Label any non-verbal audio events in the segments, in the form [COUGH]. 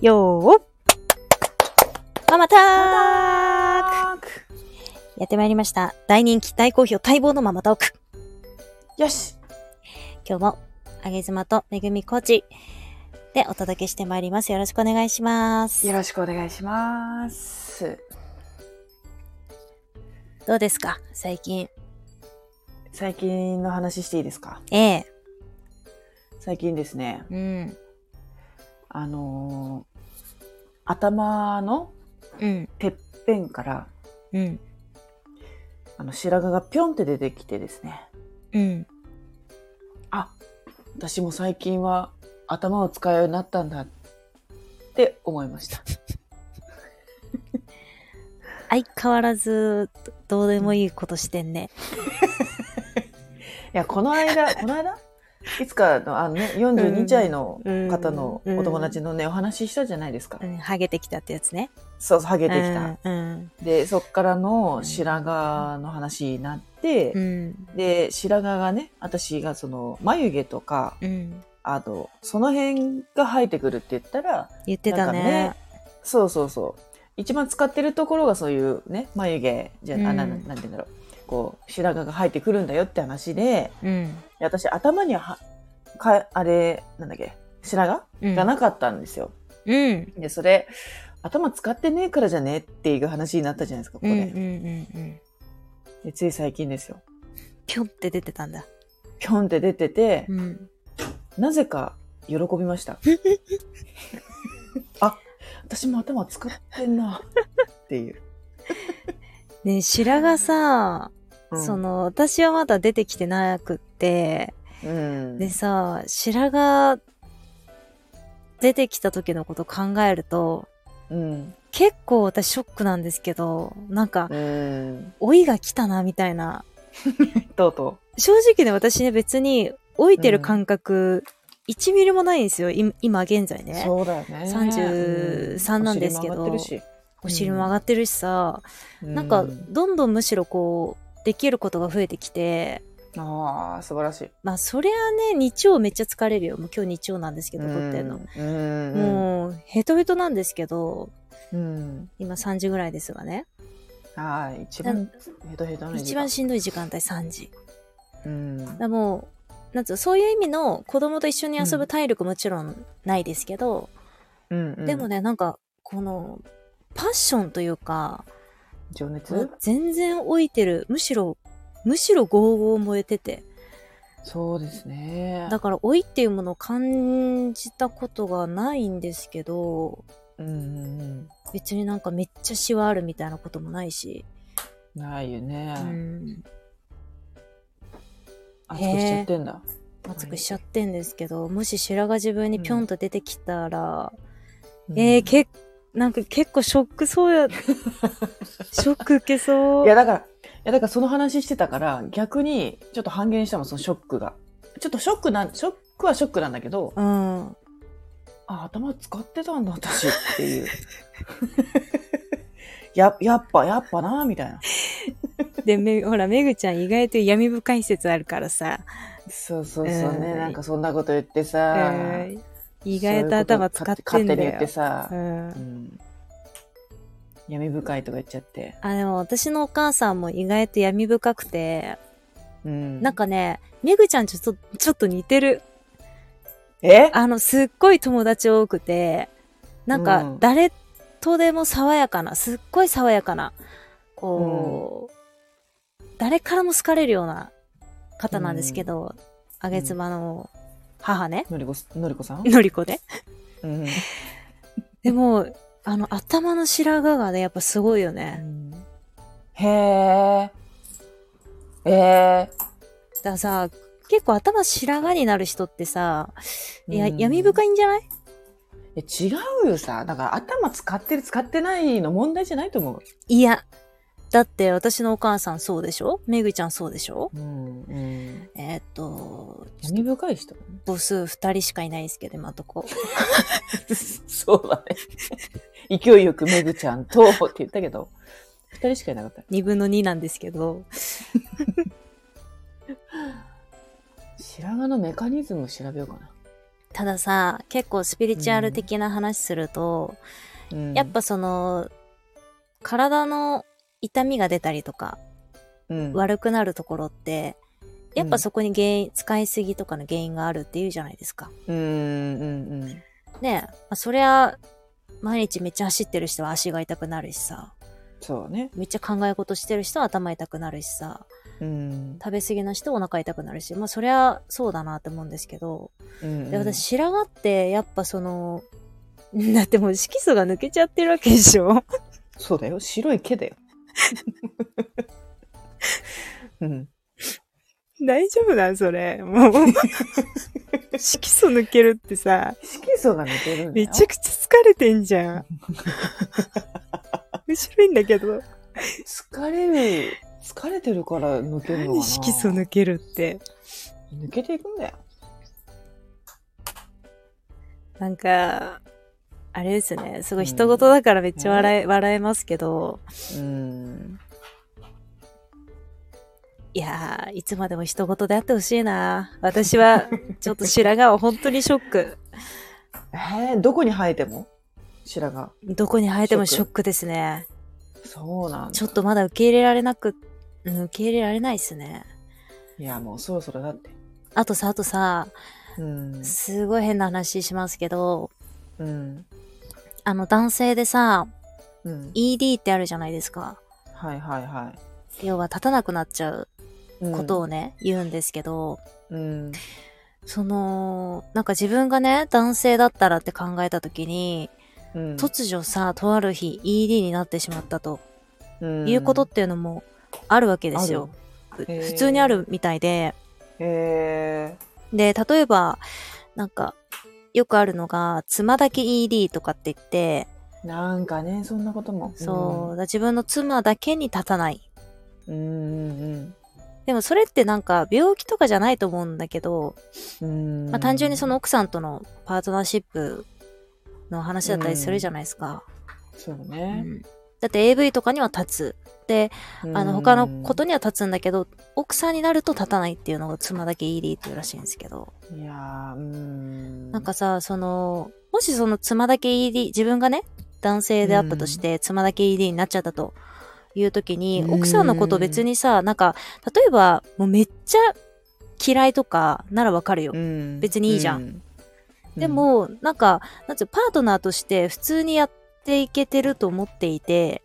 よーっママタークあーやってまいりました。大人気、大好評、待望のママトーク。よし今日も、あげずまとめぐみコーチでお届けしてまいります。よろしくお願いしますよ。ろしくお願いします。どうですか最近。最近の話していいですかええ。最近ですね、うん。あのー頭のうん。てっぺんから、うん。あの、白髪がぴょんって出てきてですね、うん。あ、私も最近は頭を使うようになったんだって思いました。相変わらず、どうでもいいことしてんね。いや、この間、この間いつかの、あのね、42歳の方のお友達のね、お話ししたじゃないですかう。ん。ハゲてきたってやつね。そうそう、ハゲてきた。うん。でそっからの白髪の話になって、うん。で白髪がね私がその眉毛とかうん。あとその辺が生えてくるって言ったら言ってたなんねか。そうそうそう一番使ってるところがそういうね眉毛じゃ、あななうんなんて言うんだろうこう白髪が生えてくるんだよって話でうん。で私頭にははかあれなんだっけ白髪うんがなかったんですよ。うん。でそれ頭使ってねえからじゃねえっていう話になったじゃないですかこうこんうで,、んうんうん。でつい最近ですよ。ぴょんって出てたんだ。ぴょんって出てて、うん。なぜか喜びました。あ、私も頭使ってんな。っていう。ねえ白髪さ、うんそ、の、私はまだ出てきてなくって、うん。でさ、白髪出てきた時のこと考えると、うん。結構私ショックなんですけど、なんか、うん。老いが来たな、みたいな。とうと正直ね、私ね、別に、老いてる感覚、1ミリもないんですよ、い今現在う。ね。そうだよね。 33なんですけどお尻も上がってるしお尻も上がってるしさ、なんかう、どんどんむしろこう、できることが増えてきて、ああ、素晴らしい。まあ、そりゃね、日曜めっちゃ疲れるよ。もう今日日曜なんですけど、撮ってんの。うん。うんもう、ヘトヘトなんですけど、うん。今3時ぐらいですがね。はい。一番ヘトヘトの時一間番しんどい時間帯3時。うん。だからもう、なんつうのそういう意味の子供と一緒に遊ぶ体力もちろんないですけど、うんうんでもね、なんか、この、パッションというか、情熱全然老いてる。むしろ、むしろゴーゴー燃えてて。そうですね。だから、老いっていうものを感じたことがないんですけど、うんうんうん。別になんかめっちゃシワあるみたいなこともないし、ないよね。うん、熱くしちゃってんだ。熱くしちゃってんですけど、もし白髪自分にぴょんと出てきたら、うんえー、けなんか結構ショックそう [LAUGHS] や、ショック受けそう。いやだから、いやだからその話してたから、逆にちょっと半減したもん、そのショックが。ちょっとショックなん、ショックはショックなんだけど、うん。あ、頭使ってたんだ、私っていう。 [LAUGHS] や、やっぱ、やっぱな、みたいな。で、め、ほら、めぐちゃん意外と闇深い説あるからさ、そうそうそうね、うんなんかそんなこと言ってさ、うん意外と頭使ってんだそういうこと勝手に言ってよ。さう、んう。ん闇深いとか言っちゃって。あ、でも私のお母さんも意外と闇深くて、うん。なんかね、めぐちゃんちょっと、ちょっと似てる。えあの、すっごい友達多くて、なんうかん、誰とでも爽やかな、すっごい爽やかな、こう、誰からも好かれるような方なんですけど、あげつまの母ね、のりこ、のりこさんのりこで。うん。でも、あの、頭の白髪がね、やっぱすごいよね。へえ。えだからさ、結構頭白髪になる人ってさ、ー。いや、うん闇深いんじゃないいや違うよさ。だから頭使ってる使ってないの問題じゃないと思いや。だって私のお母さんそうでしょめぐちゃんそうでしょう。うん。うん。えーっと、闇深い人母数2人しかいないですけど、今んとこ。 [LAUGHS] そうだね。 [LAUGHS] 勢いよくめぐちゃんとって言ったけど、二人しかいなかった。 2分の2なんですけど。白髪のメカニズム調べようかな。たださ、結構スピリチュアル的な話すると、うんやっ、ぱその、体の痛みが出たりとか、うん、悪くなるところって、やっぱそこに原因、使いすぎとかの原因があるっていうじゃないですか。うんうんうんねえ、まあ、そりゃ、毎日めっちゃ走ってる人は足が痛くなるしさ、そうねめっちゃ考え事してる人は頭痛くなるしさ、うん食べ過ぎな人はお腹痛くなるし、まあそりゃそうだなって思うんですけど、うんで、私、白髪って、やっぱその、 [LAUGHS] だってもう色素が抜けちゃってるわけでしょ [LAUGHS] そうだよ白い毛 [LAUGHS] だようん大丈夫なんそれ。 [LAUGHS] もう。色素抜けるってさ、色素が抜けるんだよめちゃくちゃ疲れてんじ [LAUGHS] ゃん。面白いんだけど。疲れる疲れてるから抜けるのかな何色素抜けるって。抜けていくんだよなんか、あれですね。すごい人事だからめっちゃ笑え、笑えますけど、うんいやー、いつまでも人事であってほしいな。私は、ちょっと白髪は本当にショック。えー、どこに生えても白髪どこに生えてもシショョッックですね。そうなんだちょっとまだ受け入れられなく、うん受け入れられないですね。いやもうそろそろだってあとさ、あとさ、うんすごい変な話しますけど、うんあの男性でさ、うん、 ED ってあるじゃないですか。はいはいは要は立たなくなっちゃうい、うんことをね、言うんですけど、うんその、なんか自分がね、男性だったらって考えた時に、うん突如さ、とある日 ED になってしまったとうんいうことっていうのもあるわけですよ。ふへー普通にあるみたいで、あるへで、例えば、なんか、よくあるのが、妻だけ ED とかって言って、えなんかねそんなこともそう、自分の妻だけに立たない。うんうんでもそれってなんか病気とかじゃないと思うんだけど、うんうんまあ、単純にその奥さんとのパートナーシップの話だったりするじゃないですか。そううね、んだって AV とかには立つ。で、あの他のことには立つんだけど、奥さんになると立たないっていうのが妻だけ ED っていうらしいんですけど。いやーうんなんかさ、その、もしその妻だけ ED、自分がね、男性であったとして、妻だけ ED になっちゃったという時に、うん奥さんのこと別にさ、なんか、例えば、もうめっちゃ嫌いとかならわかるよ。うん別にいいじゃんうんでも、なんか、なんつう、パートナーとして普通にやっていけてると思っていて、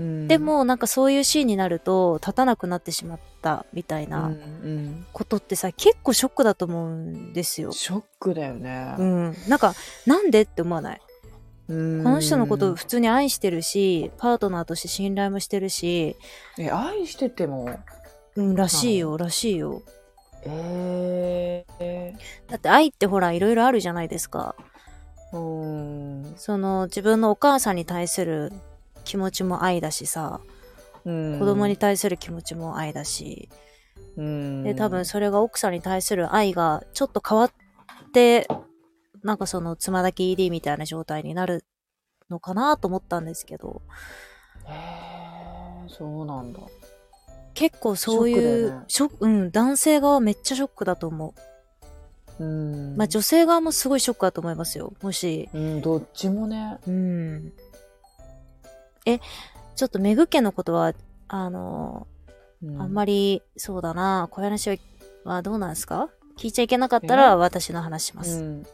うんでも、なんかそういうシーンになると、立たなくなってしまったみたいうんなうんことってさ、結構ショックだと思うんですよ。ショックだよねう、ん。なんか、なんでって思わないうんこの人のことを普通に愛してるし、パートナーとして信頼もしてるし、え愛しててもうん、らしいよ、らしいよ。ええだって愛ってほら、いろいろあるじゃないですか。うんその、自分のお母さんに対する気持ちも愛だしさ、うん子供に、対する気持ちも愛だし、うん、で、多分それが奥さんに対する愛がちょっと変わって、なんかその、妻だけ ED みたいな状態になるのかなと思ったんですけど、へえそうなんだ結構そういショックだよねう、ショック、うん、男性側めっちゃショックだと思う。うんまあ女性側もすごいショックだと思いますよ。もし。うんどっちもねうん。え、ちょっとメグ家のことは、あの、あんまりり、そうだな、小話ははどうなんですか聞いちゃいけなかったら私の話しまうす。ん、 [LAUGHS]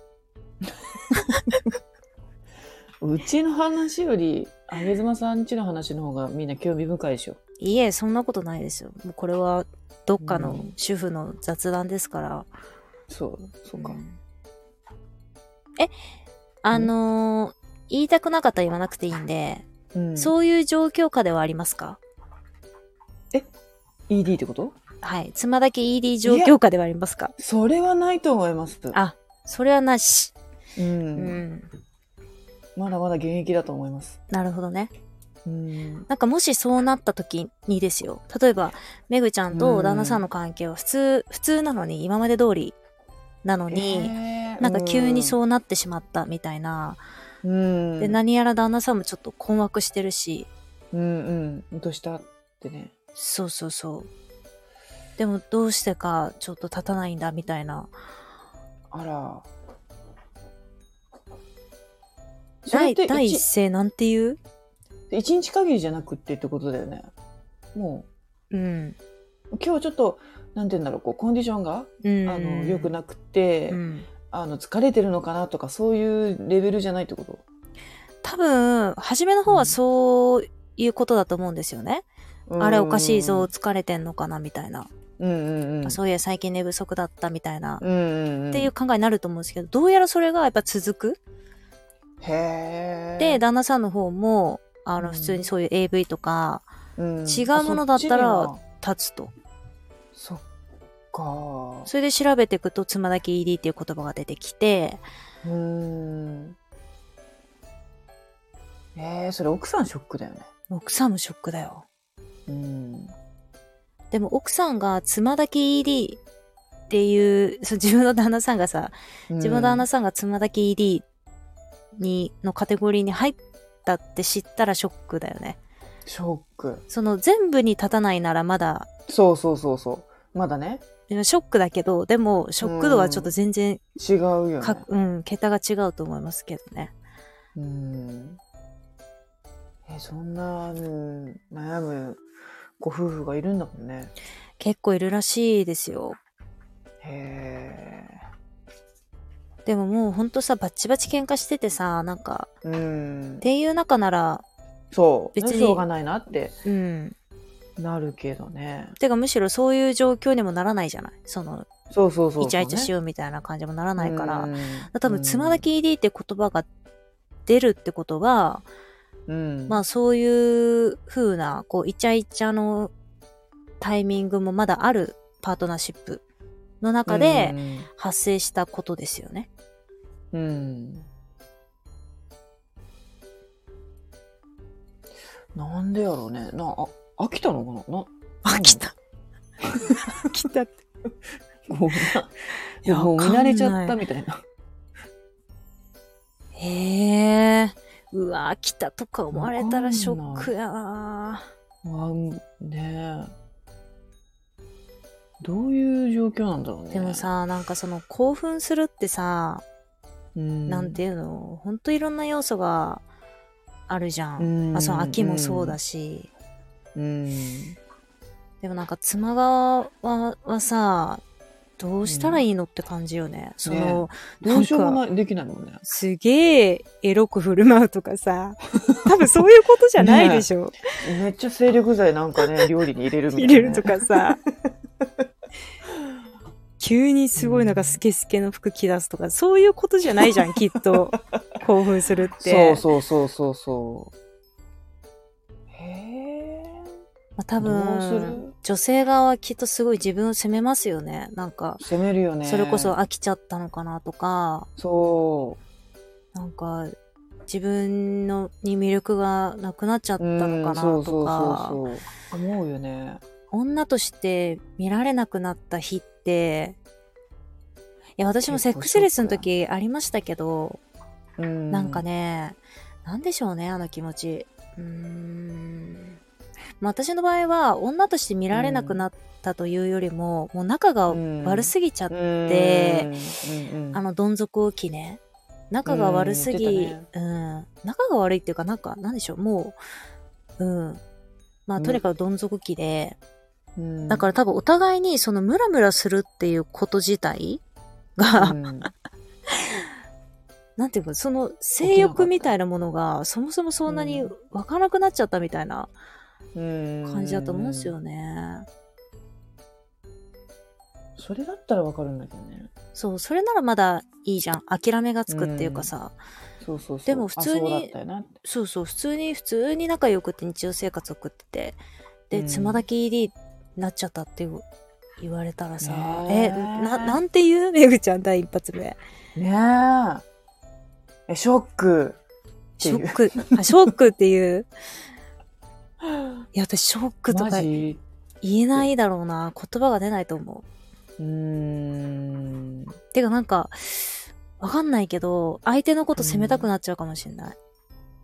うちの話よりあげずまさんちの話の方がみんな興味深いでしょいいえ、そんなことないですよ。もうこれは、どっかうのん主婦の雑談ですから。そうそうか、うんえ、あのー言いたくなかったら言わなくていいんで、うん、うそういう状況下ではありますか ED ってことはい。妻だけ ED 状況下ではありますかそれはないと思いますあ、それはなし。ううんん。まだまだ現役だと思いますなるほどね。うんなんかもしそうなった時にですよ。例えば、めぐちゃんと旦那さんの関係は普通、普通なのに、今まで通りなのに、へーなんか急にそうなってしまったみたいな。うん、うん、で、何やら旦那さんもちょっと困惑してるし、うんうんどうしたってねそうそうそう。でもどうしてかちょっと立たないんだみたいな。あらそれ第って第一一声なんて言う一日限りじゃなくってってことだよね。もうん。う、今日ちょっと、なんて言うんだろう、こう、コンディションが、うん。あの、良くなくて、うん。あの、疲れてるのかなとか、そういうレベルじゃないってこと多分、初めの方はそういうことだと思うんですよね。あれおかしいぞ、。疲れてんのかな、みたいな。うんうんうん。そういや、最近寝不足だった、みたいな。うんうんうん。っていう考えになると思うんですけど、どうやらそれがやっぱ続く。へーで、、旦那さんの方も、あうの、ん普通にそういう AV とか、うん違うものだったら、あ立つと。そっちにはそっか。それで調べていくと、つまだき ED っていう言葉が出てきて、うーん。えー、それ奥さんショックだよね。奥さんもショックだよ。うん。でも奥さんがつまだき ED っていう、そう自分の旦那さんがさ、自分の旦那ささんがつまだき ED に、のカテゴリーに入ったって知ったらショックだよね。ん。ショック。その全部に立たないならまだ、そうそうそうそう。まだね。ショックだけど、でもショック度はちょっと全然違うよねか。、うん、桁が違うと思いますけどね。うん。え、そんな、うん、悩むご夫婦がいるんだもんね。結構いるらしいですよ。へでももうほんとさ、バッチバチ喧嘩しててさ、なんか、え。うんっ。ていう中なら、そう。別にしょうがないなってうん。なるけどね。てかむしろそういう状況にもならないじゃないその、そうそうそうそう、ね。イチャイチャしようみたいな感じもならないから。うんだから多分、つまだ、き ED って言葉が出るってことは、うん、まあ、あそういう風な、こう、イチャイチャのタイミングもまだあるパートナーシップの中で発生したことですよね。うん、うんなんでやろうね。な、あ、飽きたのか [LAUGHS] なな、飽きた。飽きたって。こいう、やな、もう見わかんな慣いれちゃったみたいな。 [LAUGHS] へえ。うわ、飽きたとか思われたらショックやなわん、ねえどういう状況なんだろうね。でも、さ、なんかその興奮するってさ、うん、なんていうの、ほんといろんな要素があるじゃん。うんまあその秋もそうだし、うん。でもなんか妻側ははさ、どうしたらいいのって感じよね。その、どうしようもなんかない、できないもんね。すげえエロく振る舞うとかさ、多分そういうことじゃないでしょ。めっちゃ精力剤なんかね、料理に入れるみた [LAUGHS] い入な、れると。かさ。急にすごいなんかスケスケの服着出すとか、そういうことじゃないじゃん、きっ [LAUGHS] と。興奮するって。そうそうそうそうそう。へえ。まあ、多どうす分る、女性側はきっとすごい自分を責めますよね。なんか、攻めるよね。それこそ飽きちゃったのかなとか、そなんか、自分のに魅力がなくなっちゃっう。たのかなうんそとうか、そうそうそう。思うよね。女として見られなくなった日って、いや、私もセックスレスの時ありましたけど、うん。なんか。ね、なんでしょうね、あの気持ち。うーん。まあ、私の場合は、女として見られなくなったというよりも、もう仲が悪すぎちゃっうて、ん。でうん、うんあの、どん底を期ね、仲が悪すぎ、うんうん言って仲が悪いっていうか、なんか、なんでしょう、もう、うん。まあ、うんとにかくどん底期で、うん、だから多分お互いに、その、ムラムラするっていうこと自体が、うん [LAUGHS] なんていうか、その性欲みたいなものが、そもそもそんなに湧かなくなっちゃったみたいなうん感じだと思うんですよね。それだったらわかるんだけどね。そう、それならまだいいじゃん。諦めがつくっていうかさ、そうそうそう。でも普通にあそうだったよなってそうそう、普通に、普通に仲良くって日常生活送ってて、で、うんつまだき ED になっちゃったって言う言われたらさ、え、ねえな、なんて言う [LAUGHS] めぐちゃん第一発目。ねえ。え、ショック。ショック、あショックっていう。 [LAUGHS] いや、私、ショックとマかジ言えないだろうな。言葉が出ないと思う。うーん。てかなんか、わかんないけど、相手のこと責めたくなっちゃうかもしれない。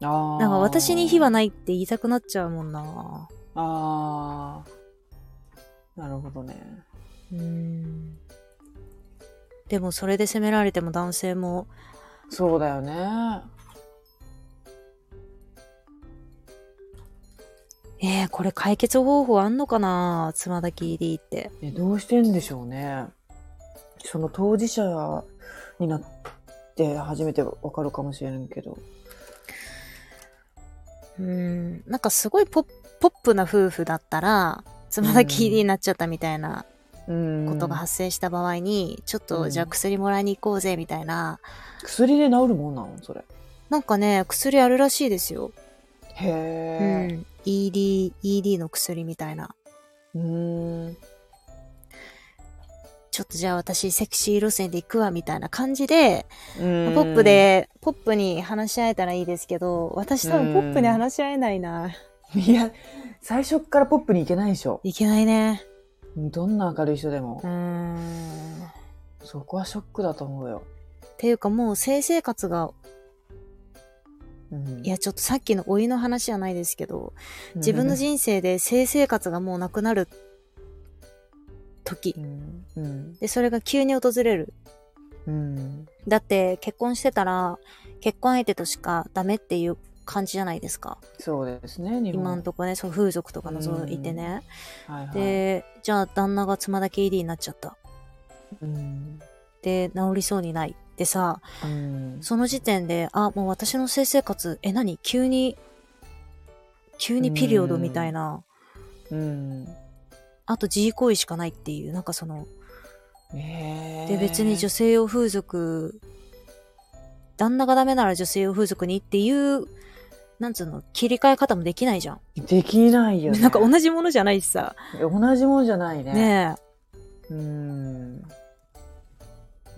ああ。なんか私に非はないって言いたくなっちゃうもんな。ああ。なるほどね。うん。でもそれで責められても男性も、そうだよね。えー、これ解決方法あんのかなつまだき ED って。ねどうしてんでしょうね。その当事者になって初めてわかるかもしれんけど。うん、なんかすごいポッポップな夫婦だったら、つまだきうん ED になっちゃったみたいなうんことが発生した場合に、ちょっうとんじゃあ薬もらいに行こうぜみたいな、薬で治るもんなのそれ。なんかね、薬あるらしいですよ。へうえ。ん。ED、ED の薬みたいな。うん。ちょっとじゃあ私セクシー路線で行くわみたいな感じで、ポポップ。で、ポップに話し合えたらいいですけど、私多うん分ポップに話し合えないな。いや、最初っからポップに行けないでしょ。いけないね。どんな明るい人でもう。ん。っそこはショックだと思うよ。ていうかもう性生活が、うんいやちょっとさっきの老いの話じゃないですけど、うん自分の人生で性生活がもうなくなる時う。んうんで、それが急に訪れる。うんだって結婚してたら、結婚相手としかダメっていう感じじゃないですか。そうですね、日本今んとこね、そう風俗とか除いてね。はいはいで、じゃあ旦那が妻だけ ED になっちゃった。うんで、治りそうにない。でさ、うんその時点で、あ、もう私の性生活、え、何急に、急にピリオドみたいな、うんあと自慰行為しかないっていう、なんかその、ねえで、別に女性用風俗、旦那がダメなら女性用風俗にっていう、なんつうの、切り替え方もできないじゃん。できないよ、ね、なんか同じものじゃないしさ。同じもんじゃないねねうん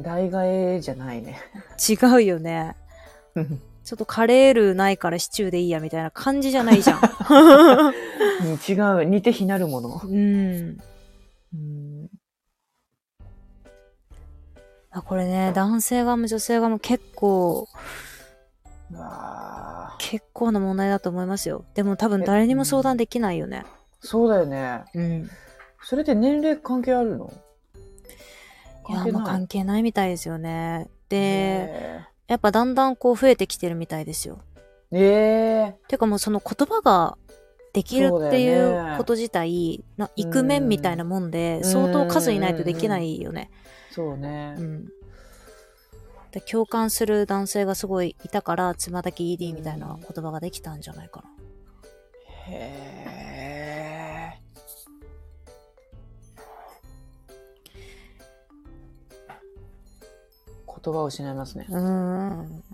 代替えじゃないねえ、違うよね。ちょっとカレールーないからシチューでいいやみたいな感じじゃない [LAUGHS] じゃん。違う似て非なるもの、うん。うんあこれね、男性側も女性側も結構、うわあ結構な問題だと思いますよ。でも多分誰にも相談できないよね。そうだよねうん。それって年齢関係あるのいや、あんま関係ないみたいですよね。で、えやっぱだんだんこう増えてきてるみたいですよ。ええてかもうその言葉ができるっていそうだよねうこと自体、な、イクメンみたいなもんで、相当数いないとできないよね。そうね、うん。で共感する男性がすごいいたから、つまだき ED みたいな言葉ができたんじゃないかな。へえ言葉を失いますねうーん。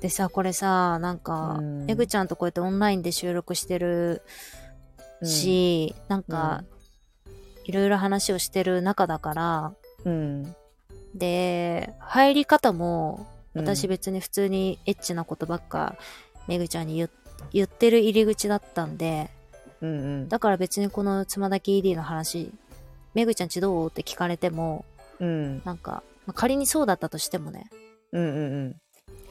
でさ、これさ、なんかう、んエグちゃんとこうやってオンラインで収録してるし、なんか、いろいろ話をしてる中だから、うん、で、入り方も、うん私別に普通にエッチなことばっか、めぐちゃんに言言ってる入り口だったんで、うんうんだから別にこのつまだき ED の話、めぐちゃんちどうって聞かれても、うんなんか、まあ仮にそうだったとしてもね、うんうん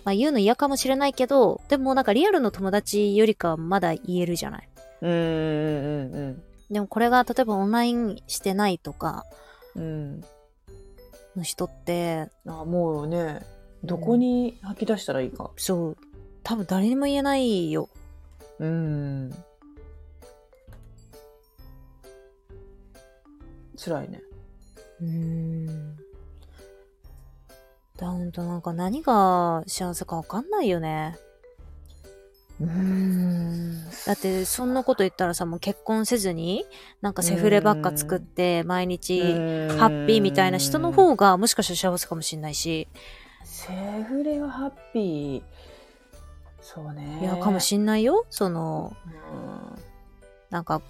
まあ、言うの嫌かもしれないけど、でもなんかリアルの友達よりかはまだ言えるじゃない。うんうんうんでもこれが例えばオンラインしてないとかうんうんの人って、あもうねどこに吐き出したらいいかそう、多分誰にも言えないよ。うん辛いねうーん。だほんとなんか何が幸せかわかんないよね。うんだってそんなこと言ったらさ、もう結婚せずに、なんかセフレばっか作って毎日ハハッピーみたいな人の方がもしかしたら幸せかもしれないし、セフレはハッピーそうねいや、かもしんないよ。その、なんか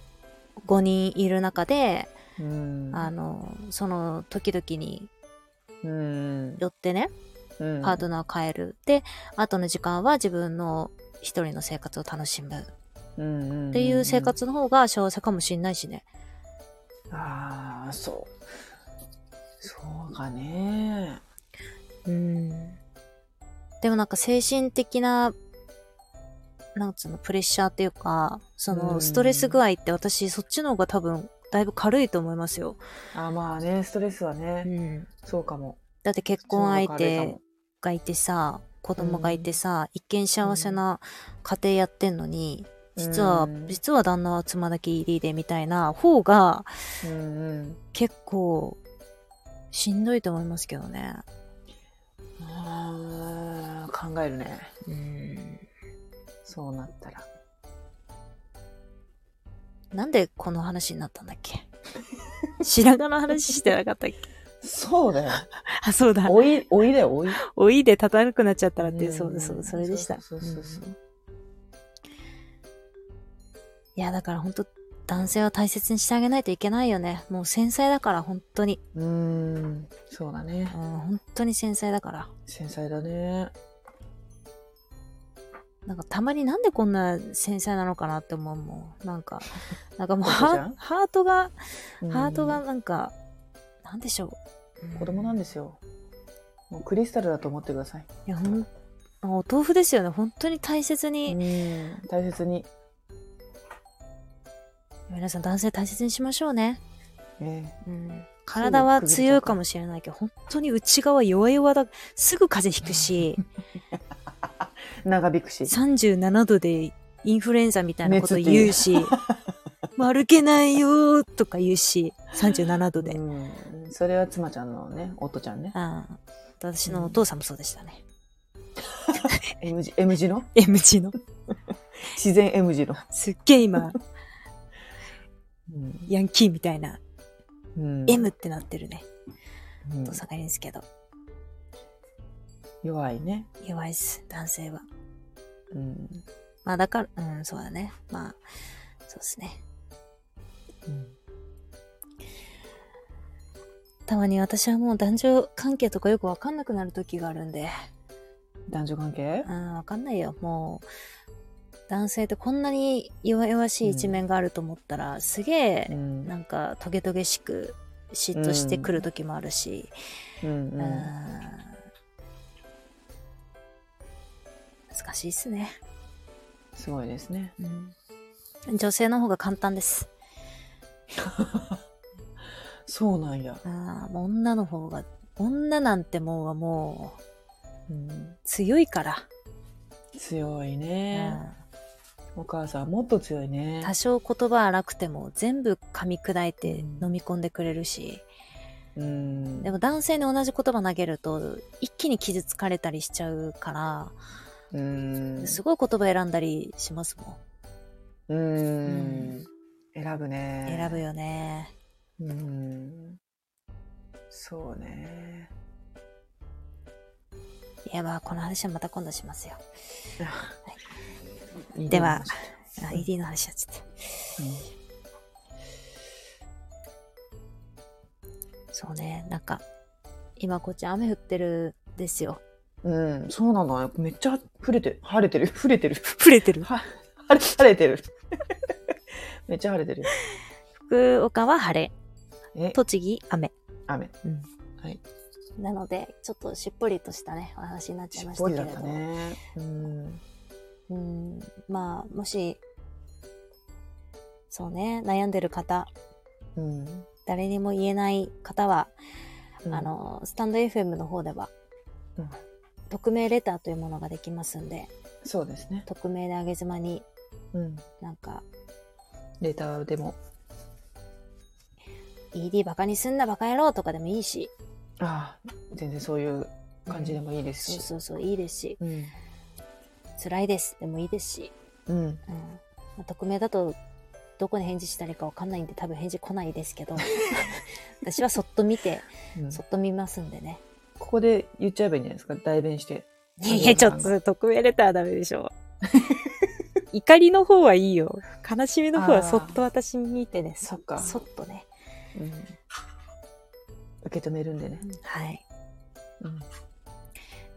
5人いる中で、うんうんあのその時々にうんよってねうんパートナーを変える、で後の時間は自分の一人の生活を楽しむうんうんっていう生活の方が幸せかもしんないしね、ああそうそうかねうん、でもなんか精神的ななんつうのプレッシャーっていうかそうんのストレス具合って私そっちの方が多分だいぶ軽いと思いますよ、あまあねストレスはうね、ん、そうかもだって結婚相そうかも手がいてさ子供がいてさ、一見幸せな家庭やってんのに、実はうん、実は旦那は妻だけ ED でみたいな方がうんうん結構しんどいと思いますけどね。あー考えるねうんそうなったらなんでこの話になったんだっけ [LAUGHS] 白髪の話してなか [LAUGHS] ったっけそうだよあ、そうだ。 [LAUGHS] 老い老いだよ老いおいで立たなくなっちゃったらっていう、んそうです、そうです、それでした。そうそうそうそううんいや、だから本当男性は大切にしてあげないといけないよね。もう繊細だから、本当に。うーんそうだねうん、本当に繊細だから。繊細だねなんかたまになんでこんな繊細なのかなって思うもん。なん [LAUGHS] か、なんかもうそうじゃハんハートが、うんハートがなんか、なんでしょう。子供なんいですよもうクリスタルだと思ってください、や、ほん、お豆腐ですよね。本当に大切に。うん大切に、皆さん男性大切にしましょうね。ねうん体は強いかもしれないけど本当に内側弱々だすぐ風邪ひくし長引くし37度でインフルエンザみたいなこと熱っていう言うし [LAUGHS] もう歩けないよーとか言うし37度で、うん、それは妻ちゃんのね夫ちゃんねああ私のお父さんもそうでしたね、 M 字 M 字の M 字の自然 M 字の、すっげえ今うんヤンキーみたいなうん M ってなってるねうんお父さんがいるんですけど弱いね、弱いっす男性はうんまあだからうんそうだねまあそうですねうんたまに私はもう男女関係とかよくわかんなくなる時があるんで、男女関係うん、わかんないよ。もう、男性ってこんなに弱々しい一面があると思ったら、すげうえ、んなんか、トゲトゲしく、嫉妬してくる時もあるし、うんうん、う難しいっすね、ん、すごいですね女性の方が簡単です。そうなんや、あーもう女の方が、女なんてもんはもう、うん、強いから、強いうね、んお母さんもっと強いね多少言葉荒くても全部噛み砕いてうん飲み込んでくれるし、うんでも男性に同じ言葉投げると一気に傷つかれたりしちゃうから、うんすごい言葉選んだりしますもん、ううんん選ぶね選ぶよねうんそうねいやまあこの話はまた今度しますよいいねではあ ED の話はちょっとそうねなんか今こっち雨降ってるんですようん、うんそうなのよめっちゃ触れて晴れてる [LAUGHS] 触れてる触れてるは晴れ晴れてる [LAUGHS] めっちゃ晴れてる福岡は晴れえ栃木雨雨なのでちょっとしっぽりとしたねお話になっちゃいしまっしたぽけりれだどったねうんうん、まあもしそうね悩んでる方うん誰にも言えない方は、うんあのスタンド FM の方では、うん匿名レターというものができますんでそうですね匿名であげ妻にうんなんかレターでも「ED バカにすんなバカ野郎」とかでもいいしああ全然そういう感じでもいいですそうしそうそういいですしうん辛いですでもいいですし、うんうんまあ匿名だとどこに返事したらいいかわかんないんで多分返事来ないですけ [LAUGHS] ど私はそっと見てうんそっと見ますんでねここで言っちゃえばいいんじゃないですか代弁していやいや、ちょっと、匿名レターはダメでしょ。 [LAUGHS] 怒りの方はいいよ。悲しみの方はそっと私に見てね、そそっかそっとね。うん受け止めるんでね、はい。うん、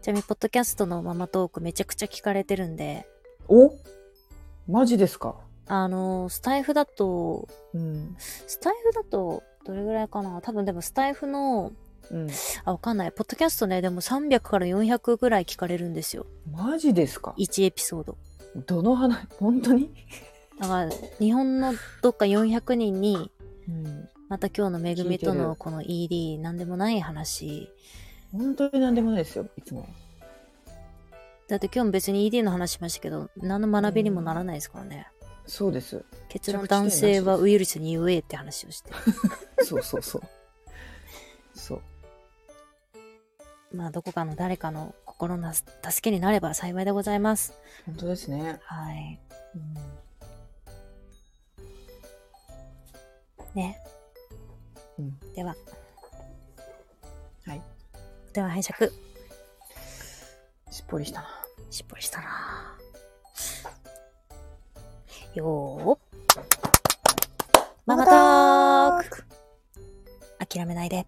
ちなみに、ポッドキャストのママトークめちゃくちゃ聞かれてるんで、おマジですかあのー、スタイフだと、うんスタイフだと、どれぐらいかな多分でもスタイフの、うんあ、わかんない。ポッドキャストね、でも300から400ぐらい聞かれるんですよ。マジですか1エピソード。どの話本当に、だから、日本のどっか400人に、うん、また今日のめぐみと聞いてのるこの ED、なんでもない話、本当に何でもないですよいつもだって今日も別に ED の話しましたけど何の学びにもならないですからね、そうです。結論男性はウイルスに飢えって話を [LAUGHS] して。そうそう [LAUGHS] そう。そう。まあ、どこかの誰かの心の助けになれば幸いでございます。本当ですね。はい。うんね。うんでは、はい。では拝借。しっぽりしたな。しっぽりしたなよー。ママターク諦めないで。